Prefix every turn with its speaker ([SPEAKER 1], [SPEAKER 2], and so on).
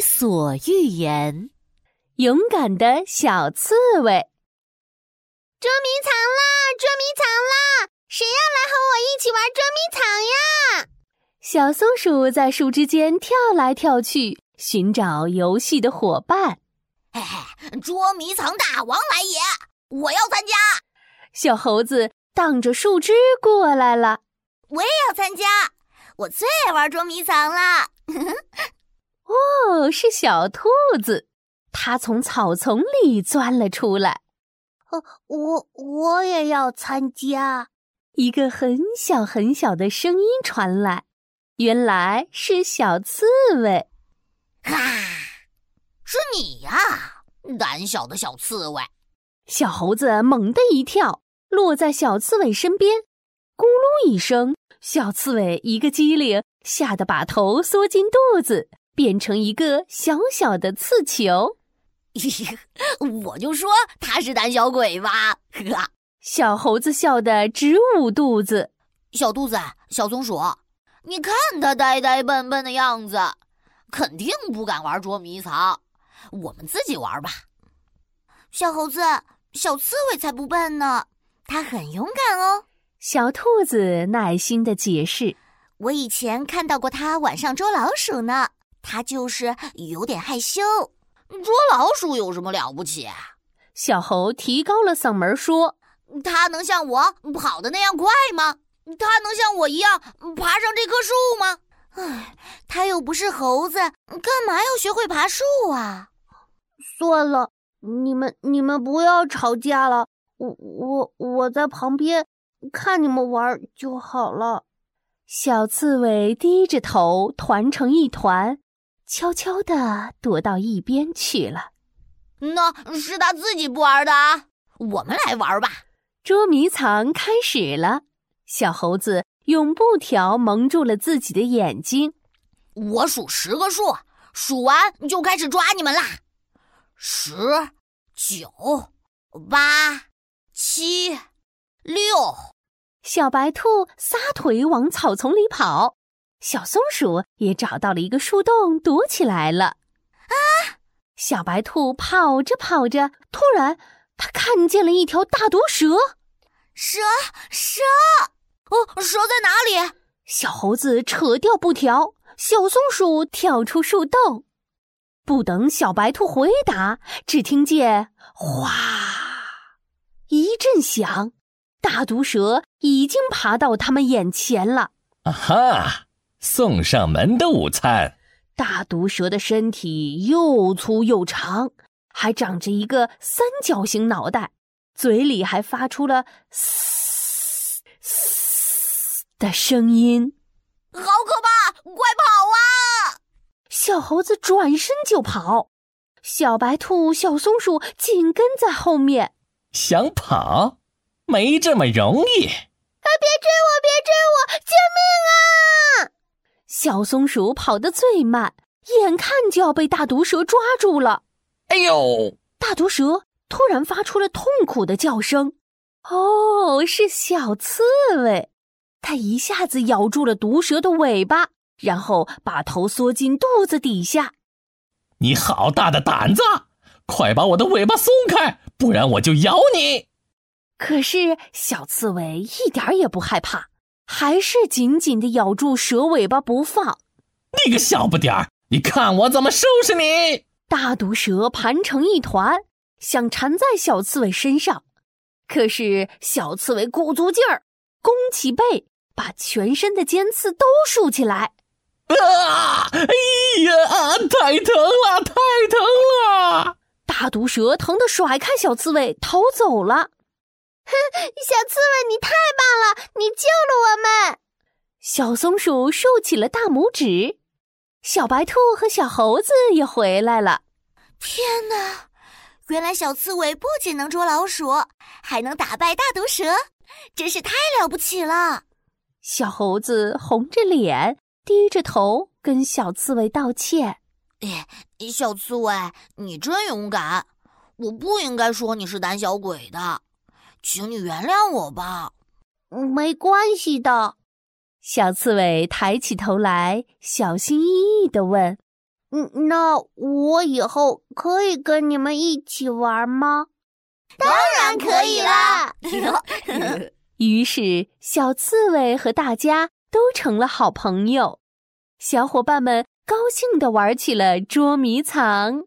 [SPEAKER 1] 所欲言。
[SPEAKER 2] 勇敢的小刺猬，
[SPEAKER 3] 捉迷藏啦！捉迷藏啦！谁要来和我一起玩捉迷藏呀？
[SPEAKER 2] 小松鼠在树枝间跳来跳去，寻找游戏的伙伴。
[SPEAKER 4] 嘿嘿，捉迷藏大王来也！我要参加。
[SPEAKER 2] 小猴子荡着树枝过来了。
[SPEAKER 4] 我也要参加，我最爱玩捉迷藏啦！
[SPEAKER 2] 哦，是小兔子。他从草丛里钻了出来。
[SPEAKER 5] 哦，我我也要参加。
[SPEAKER 2] 一个很小很小的声音传来，原来是小刺猬。
[SPEAKER 4] 哈、啊，是你呀、啊，胆小的小刺猬！
[SPEAKER 2] 小猴子猛地一跳，落在小刺猬身边，咕噜一声，小刺猬一个机灵，吓得把头缩进肚子，变成一个小小的刺球。
[SPEAKER 4] 我就说他是胆小鬼吧！呵
[SPEAKER 2] 小猴子笑得直捂肚子。
[SPEAKER 4] 小兔子、小松鼠，你看他呆呆笨笨的样子，肯定不敢玩捉迷藏。我们自己玩吧。
[SPEAKER 5] 小猴子、小刺猬才不笨呢，它很勇敢哦。
[SPEAKER 2] 小兔子耐心的解释：“
[SPEAKER 5] 我以前看到过它晚上捉老鼠呢，它就是有点害羞。”
[SPEAKER 4] 捉老鼠有什么了不起、啊？
[SPEAKER 2] 小猴提高了嗓门说：“
[SPEAKER 4] 它能像我跑的那样快吗？它能像我一样爬上这棵树吗？
[SPEAKER 5] 唉，它又不是猴子，干嘛要学会爬树啊？”
[SPEAKER 3] 算了，你们你们不要吵架了，我我我在旁边看你们玩就好了。
[SPEAKER 2] 小刺猬低着头，团成一团。悄悄地躲到一边去了。
[SPEAKER 4] 那是他自己不玩的，啊我们来玩吧。
[SPEAKER 2] 捉迷藏开始了，小猴子用布条蒙住了自己的眼睛。
[SPEAKER 4] 我数十个数，数完就开始抓你们啦！十、九、八、七、六。
[SPEAKER 2] 小白兔撒腿往草丛里跑。小松鼠也找到了一个树洞，躲起来了。
[SPEAKER 4] 啊！
[SPEAKER 2] 小白兔跑着跑着，突然它看见了一条大毒蛇。
[SPEAKER 4] 蛇蛇！哦，蛇在哪里？
[SPEAKER 2] 小猴子扯掉布条，小松鼠跳出树洞。不等小白兔回答，只听见哗一阵响，大毒蛇已经爬到他们眼前了。
[SPEAKER 6] 啊哈！送上门的午餐。
[SPEAKER 2] 大毒蛇的身体又粗又长，还长着一个三角形脑袋，嘴里还发出了嘶嘶的声音。
[SPEAKER 4] 好可怕！快跑啊！
[SPEAKER 2] 小猴子转身就跑，小白兔、小松鼠紧跟在后面。
[SPEAKER 6] 想跑，没这么容易。
[SPEAKER 3] 啊！别追我！别追我！救命啊！
[SPEAKER 2] 小松鼠跑得最慢，眼看就要被大毒蛇抓住了。
[SPEAKER 6] 哎呦！
[SPEAKER 2] 大毒蛇突然发出了痛苦的叫声。哦，是小刺猬，它一下子咬住了毒蛇的尾巴，然后把头缩进肚子底下。
[SPEAKER 6] 你好大的胆子！快把我的尾巴松开，不然我就咬你！
[SPEAKER 2] 可是小刺猬一点也不害怕。还是紧紧地咬住蛇尾巴不放。
[SPEAKER 6] 你个小不点儿，你看我怎么收拾你！
[SPEAKER 2] 大毒蛇盘成一团，想缠在小刺猬身上，可是小刺猬鼓足劲儿，弓起背，把全身的尖刺都竖起来。
[SPEAKER 6] 啊！哎呀！啊！太疼了！太疼了！
[SPEAKER 2] 大毒蛇疼得甩开小刺猬，逃 走了。
[SPEAKER 3] 哼，小刺猬，你太棒了！你救了我们。
[SPEAKER 2] 小松鼠竖起了大拇指。小白兔和小猴子也回来了。
[SPEAKER 5] 天哪！原来小刺猬不仅能捉老鼠，还能打败大毒蛇，真是太了不起了。
[SPEAKER 2] 小猴子红着脸，低着头跟小刺猬道歉：“
[SPEAKER 4] 哎、小刺猬，你真勇敢！我不应该说你是胆小鬼的。”请你原谅我吧，
[SPEAKER 5] 嗯
[SPEAKER 3] 没关系 的。
[SPEAKER 2] 小刺猬抬起头来，小心翼翼地问：“
[SPEAKER 3] 嗯，那我以后可以跟你们一起玩吗？
[SPEAKER 5] 当然可以啦！
[SPEAKER 2] 于是，小刺猬和大家都成了好朋友。小伙伴们高兴地玩起了捉迷藏。